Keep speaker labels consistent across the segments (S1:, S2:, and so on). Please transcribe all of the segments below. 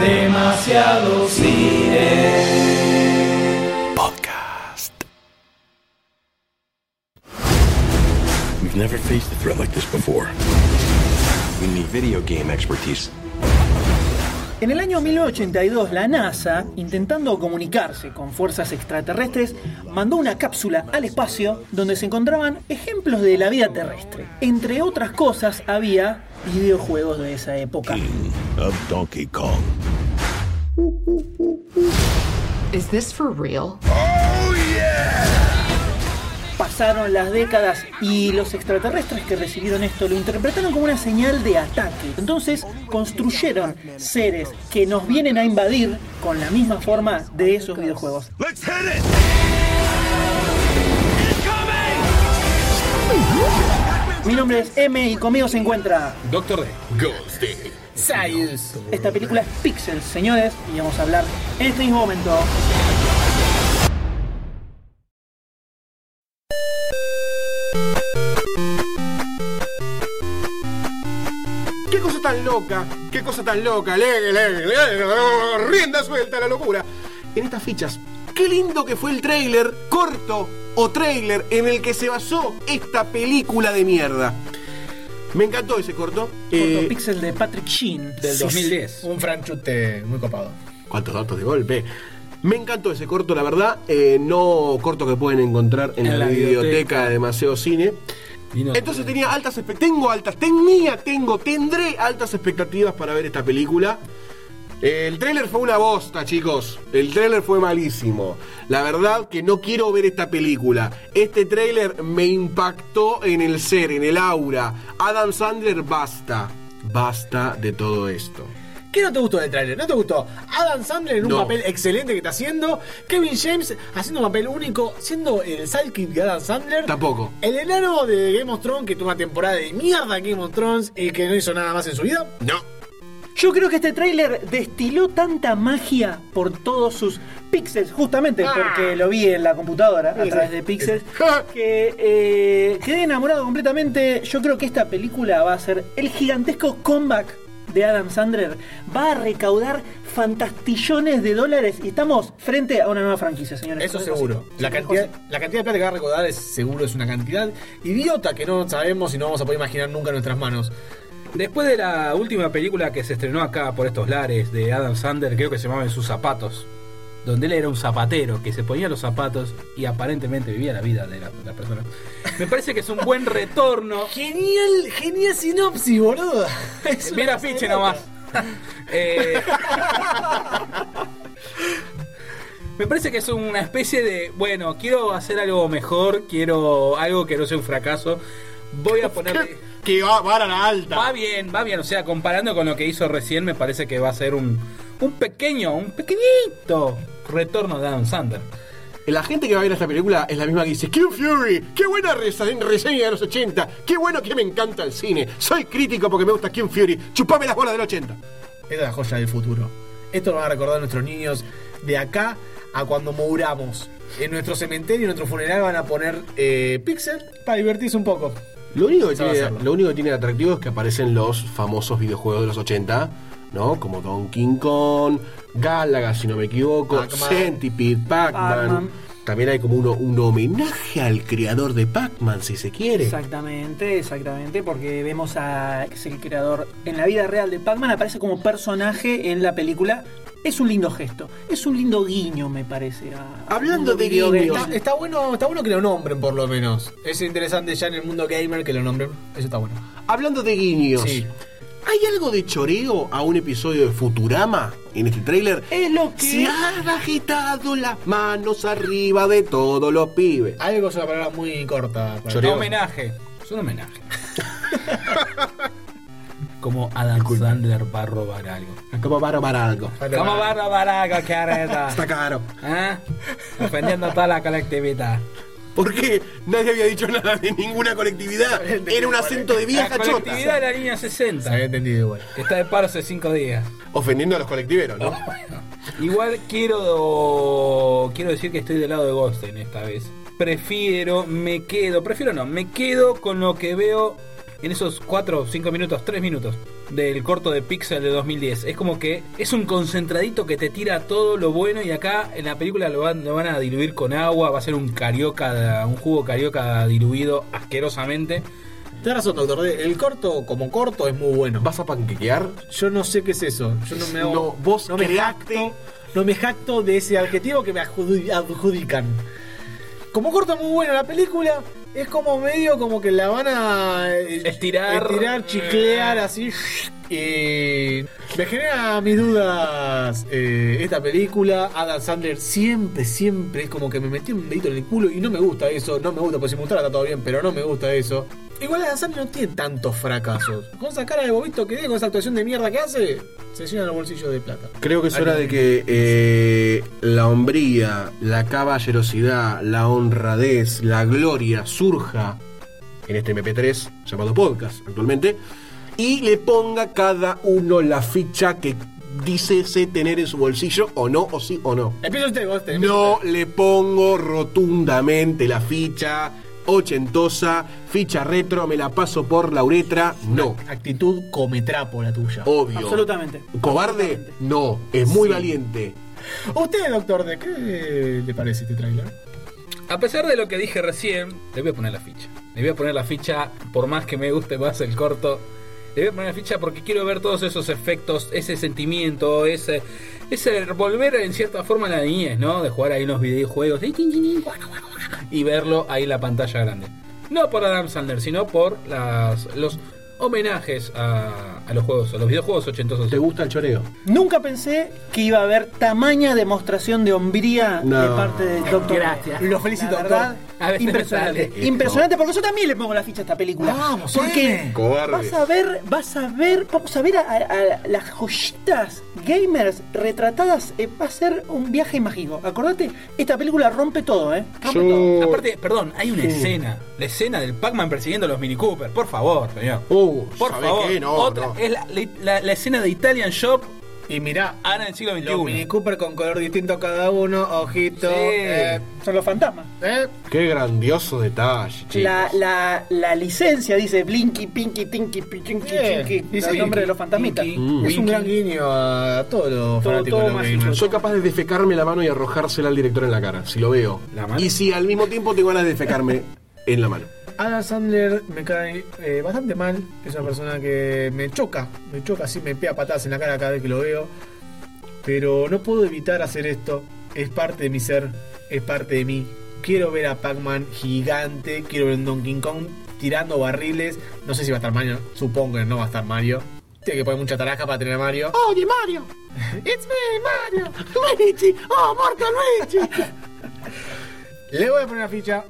S1: Demasiado cine.
S2: Podcast. We've never faced a threat like this before. We need video game expertise.
S3: En el año 1982, la NASA, intentando comunicarse con fuerzas extraterrestres, mandó una cápsula al espacio donde se encontraban ejemplos de la vida terrestre. Entre otras cosas, había videojuegos de esa época.
S2: King Mm, of Donkey Kong.
S4: Is this for real?
S3: Pasaron las décadas y los extraterrestres que recibieron esto lo interpretaron como una señal de ataque. Entonces construyeron seres que nos vienen a invadir con la misma forma de esos videojuegos.
S2: Let's hit it!
S3: Mi nombre es M y conmigo se encuentra
S5: Doctor D. Ghosty.
S3: Science. Esta película es Pixels, señores, y vamos a hablar en este mismo momento.
S5: ¿Qué cosa tan loca? ¿Qué cosa tan loca? Le, le, le, rienda suelta a la locura. En estas fichas, qué lindo que fue el tráiler corto o tráiler en el que se basó esta película de mierda. Me encantó ese corto.
S3: Corto
S5: Eh,
S3: Pixel de Patrick Sheen.
S6: del 2010.
S7: Un franchute muy copado.
S5: ¿Cuántos datos de golpe? Me encantó ese corto, la verdad. Eh, no corto que pueden encontrar en, la, biblioteca de Demasiado Cine.
S6: Vino-
S5: Entonces tenía altas expect- tengo altas, tenía, tengo, tendré altas expectativas para ver esta película. El tráiler fue una bosta, chicos. El tráiler fue malísimo. La verdad que no quiero ver esta película. Este tráiler me impactó en el ser, en el aura. Adam Sandler, basta. Basta de todo esto.
S7: ¿Qué no te gustó del tráiler? ¿No te gustó? Adam Sandler en un
S5: No.
S7: papel excelente que está haciendo. Kevin James haciendo un papel único, siendo el sidekick de Adam Sandler.
S5: Tampoco.
S7: El enano de Game of Thrones, que tuvo una temporada de mierda en Game of Thrones y que no hizo nada más en su vida.
S5: No.
S3: Yo creo que este tráiler destiló tanta magia por todos sus píxeles, justamente porque lo vi en la computadora a través de píxeles, que eh, quedé enamorado completamente. Yo creo que esta película va a ser el gigantesco comeback de Adam Sandler. Va a recaudar fantastillones de dólares y estamos frente a una nueva franquicia, señores.
S7: Eso
S3: Podemos
S7: seguro.
S3: decir
S7: La
S3: mejor
S7: cantidad,
S3: sí.
S7: la cantidad de plata que va a recaudar es seguro, es una cantidad idiota que no sabemos y no vamos a poder imaginar nunca en nuestras manos.
S6: Después de la última película que se estrenó acá por estos lares de Adam Sandler, creo que se llamaba En sus zapatos, donde él era un zapatero que se ponía los zapatos y aparentemente vivía la vida de la, de la persona. Me parece que es un buen retorno.
S7: Genial, genial sinopsis, boludo. Es una
S6: Mira
S7: cosa de
S6: Piche
S7: loco.
S6: nomás. Eh, me parece que es una especie de, bueno, quiero hacer algo mejor, quiero algo que no sea un fracaso. Voy a ponerle...
S5: Que va, va a la alta.
S6: Va bien, va bien. O sea, comparando con lo que hizo recién, me parece que va a ser un, un pequeño, un pequeñito retorno de Adam Sandler.
S5: La gente que va a ver esta película es la misma que dice King Fury, qué buena rese- reseña de los 80, qué bueno que me encanta el cine, soy crítico porque me gusta King Fury, chupame las bolas del 80.
S7: Esta es la joya del futuro. Esto lo van a recordar nuestros niños de acá a cuando muramos. En nuestro cementerio, en nuestro funeral, van a poner eh, pixel para divertirse un poco.
S5: Lo único, que
S7: Sabe
S5: tiene,
S7: hacerlo.
S5: lo único que tiene de atractivo es que aparecen los famosos videojuegos de los 80, ¿no? Como Donkey Kong, Galaga, si no me equivoco,
S7: Pac-Man.
S5: Centipede, Pac-Man.
S3: Pac-Man.
S5: También hay como uno, un homenaje al creador de Pac-Man, si se quiere.
S3: Exactamente, exactamente, porque vemos a que es el creador en la vida real de Pac-Man, aparece como personaje en la película. Es un lindo gesto, es un lindo guiño, me parece. a- a
S5: Hablando
S3: un
S5: de
S3: videogame.
S5: guiños.
S7: Está, está bueno, está bueno que lo nombren, por lo menos. Es interesante ya en el mundo gamer que lo nombren. Eso está bueno.
S5: Hablando de guiños,
S7: Sí.
S5: ¿hay algo de choreo a un episodio de Futurama en este tráiler?
S3: Es lo que.
S5: Se han agitado las manos arriba de todos los pibes.
S7: Algo es una palabra muy corta. para-
S5: Choreo.
S6: Homenaje. Es un homenaje. Como Adam Sandler va a robar algo.
S5: Como para para algo.
S7: Para-
S6: ¿Cómo va a robar algo, careta?
S5: Está caro.
S6: ¿Eh? Ofendiendo a toda la colectividad.
S5: Porque nadie había dicho nada de ninguna colectividad. Era un acento de
S6: La
S5: vieja
S6: colectividad
S5: chota.
S6: de la línea
S7: Se había
S6: 60.
S7: entendido igual.
S6: que Está de paro hace 5 días.
S5: Ofendiendo a los colectiveros, ¿no?
S6: Igual quiero quiero decir que estoy del lado de Goldstein esta vez. Prefiero, me quedo, prefiero no, me quedo con lo que veo en esos 4, 5 minutos, 3 minutos del corto de Pixel de 2010. Es como que es un concentradito que te tira todo lo bueno y acá en la película lo van, lo van a diluir con agua, va a ser un carioca, un jugo carioca diluido asquerosamente.
S7: Tienes razón, doctor. D. El corto, como corto, es muy bueno.
S5: ¿Vas a panquequear?
S7: Yo no sé qué es eso. Yo no me hago.
S5: No, vos
S7: no me
S5: creaste.
S7: jacto. No me jacto de ese adjetivo que me adjudi- adjudican. Como corto, muy buena la película. Es como medio como que la van a. eh,
S6: Estirar.
S7: Estirar, chiclear, así. Y. Me genera mis dudas eh, esta película. Adam Sandler siempre, siempre es como que me metió un dedito en el culo y no me gusta eso. No me gusta, pues si me gustara está todo bien, pero no me gusta eso. Igual Adam Sandler no tiene tantos fracasos. Con esa cara de bobito que tiene, con esa actuación de mierda que hace, se llena los bolsillos de plata.
S5: Creo que es hora de que eh, la hombría, la caballerosidad, la honradez, la gloria surja en este MP3 llamado podcast actualmente y le ponga cada uno la ficha que dice ese tener en su bolsillo o no, o sí o no.
S7: Empieza usted, vos te.
S5: No le pongo rotundamente la ficha ochentosa, ficha retro, me la paso por la uretra, no.
S7: Actitud cometrapo la tuya.
S5: Obvio.
S3: Absolutamente.
S5: ¿Cobarde? No, es muy valiente.
S7: ¿Usted, doctor, de qué le parece este tráiler?
S6: A pesar de lo que dije recién, le voy a poner la ficha. Le voy a poner la ficha, por más que me guste más el corto. Le voy a poner la ficha porque quiero ver todos esos efectos, ese sentimiento, ese, ese volver en cierta forma a la niñez, ¿no? De jugar ahí unos videojuegos y tin, tin, tin, guaca, guaca, guaca, y verlo ahí en la pantalla grande. No por Adam Sandler, sino por las, los homenajes a, a los juegos, a los videojuegos ochentosos.
S5: ¿Te gusta el choreo?
S3: Nunca pensé que iba a haber tamaña demostración de hombría
S5: No.
S3: de parte del doctor.
S6: Gracias.
S3: Lo felicito, doctor.
S6: A veces me
S3: Impresionante.
S6: sale.
S3: Impresionante, porque yo también le pongo la ficha a esta película.
S7: Vamos,
S3: porque
S7: Jaime.
S5: Cobarde.
S3: vas a ver, vas a ver, vamos a ver a, a- a las joyitas gamers retratadas. eh, va a ser un viaje mágico. Acordate, esta película rompe todo, ¿eh? Rompe todo.
S6: Aparte, perdón, hay una escena. La escena del Pac-Man persiguiendo a los Mini Cooper. Por favor, señor.
S5: Uh,
S6: Por
S5: ¿sabés
S6: favor,
S5: qué? No,
S6: otra.
S5: no.
S6: Es la, la- la escena de Italian Shop
S7: Y mirá,
S6: ahora en el siglo
S7: los Mini
S6: XXI.
S7: Cooper con color distinto cada uno, ojito.
S6: Sí.
S7: eh,
S3: Son los fantasmas.
S7: eh.
S5: Qué grandioso detalle, chicos.
S3: La, la, la licencia dice Blinky, Pinky, Tinky, Pichinky,
S7: Bien.
S3: Chinky.
S7: Dice
S3: el nombre de los fantasmitas.
S6: Mm.
S7: Es un gran guiño a todos los fanáticos
S3: todo
S7: de los
S3: más
S7: gamers.
S5: Soy capaz de defecarme la mano y arrojársela al director en la cara, si lo veo.
S6: ¿La mano?
S5: Y si al mismo tiempo tengo ganas de defecarme en la mano.
S7: Adam Sandler me cae eh, bastante mal. Es una persona que me choca. Me choca así, me pega patadas en la cara cada vez que lo veo. Pero no puedo evitar hacer esto. Es parte de mi ser. Es parte de mí. Quiero ver a Pac-Man gigante. Quiero ver a un Donkey Kong tirando barriles. No sé si va a estar Mario. Supongo que no va a estar Mario. Tiene que poner mucha taraja para tener a Mario.
S5: ¡Oye, ¡Oh, Mario!
S7: ¡It's me, Mario!
S5: ¡Luigi! ¡Oh, muerto Luigi!
S7: Le voy a poner una ficha.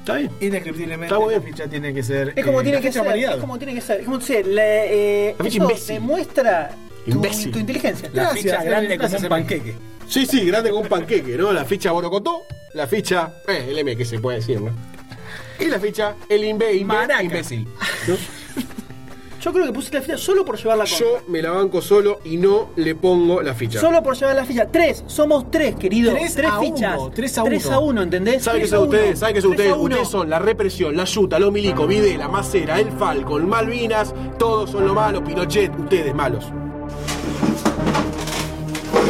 S5: Está bien.
S7: Indescriptiblemente,
S5: Está muy
S7: la
S5: bien.
S7: ficha tiene que ser.
S3: Es como,
S7: eh,
S3: tiene
S7: la
S3: que
S7: ficha
S3: ser,
S7: variedad.
S3: es como tiene que ser. Es como tiene que ser. Le- eh,
S5: La ficha
S3: eso
S5: imbécil.
S3: demuestra tu,
S5: Imbécil.
S3: tu inteligencia.
S6: La
S7: Gracias,
S6: ficha grande
S7: gracias,
S6: como un
S7: Emi.
S6: panqueque.
S5: Sí, sí, grande como un panqueque, ¿no? La ficha Borocotó, la ficha. Eh, el M que se puede decir, ¿no? Y la ficha, el imbe, imbe,
S6: Maraca.
S5: imbécil. ¿no?
S3: Yo creo que puse la ficha solo por llevar la contra.
S5: Yo me la banco solo y no le pongo la ficha.
S3: Solo por llevar la ficha. Tres, somos tres, querido.
S7: Tres
S3: Tres,
S7: a uno,
S3: fichas.
S7: tres a
S3: Tres
S7: uno.
S3: a uno, ¿entendés?
S5: ¿Saben que
S3: Tres
S5: son
S3: a uno.
S5: ustedes? ¿Saben que son
S3: Tres a
S5: ustedes?
S3: uno.
S5: Ustedes son la represión, la yuta, los milicos, Videla, Macera, el Falcon, Malvinas, todos son lo malo, Pinochet, ustedes malos.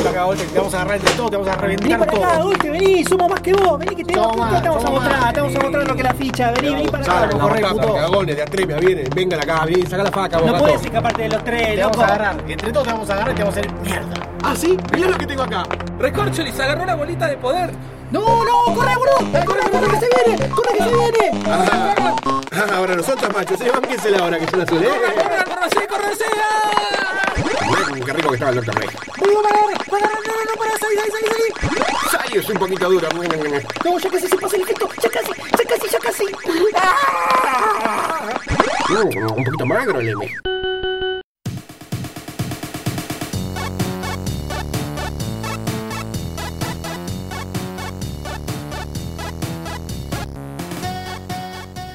S7: Acá, Olsen, Te vamos a agarrar de todo, te vamos a
S3: Vení
S7: reventar
S3: para
S7: todo.
S3: acá, Dulce, vení, somos más que vos, vení que te,
S7: Toma,
S3: te vamos a
S7: toma,
S3: mostrar, te vamos a
S7: vení.
S3: mostrar lo que es la ficha, vení, vení para acá.
S5: Saca la
S3: loco, re
S5: batata,
S3: puto.
S5: cagones de atrevia, vienen, vengan acá, vienen, saca la faca, vos,
S3: No
S5: gato.
S3: podés escaparte de los tres,
S7: Te vamos
S3: loco.
S7: a agarrar. Entre todos te vamos a agarrar y te vamos a hacer mierda.
S5: Ah, sí, mirá lo que tengo acá.
S6: Recorcholis agarró la bolita de poder.
S3: No, no, corre, boludo, corre, corre, que se viene, corre, que se viene.
S5: Ah, ahora nosotros, machos, eh, bánquensela ahora que yo la suele.
S6: ¡Corran, corran, corran, sí, corran, sí! ¡Ah!
S5: Qué rico que estaba el doctor Rey.
S3: Boludo, para, para, no, no, no, para, salí, salí, salí, salí.
S5: Salió, es un poquito dura.
S3: No, ya casi se pasa el efecto, ya casi, ya casi, ya casi.
S5: Mm, Un poquito magro el M.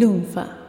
S1: Lunfa.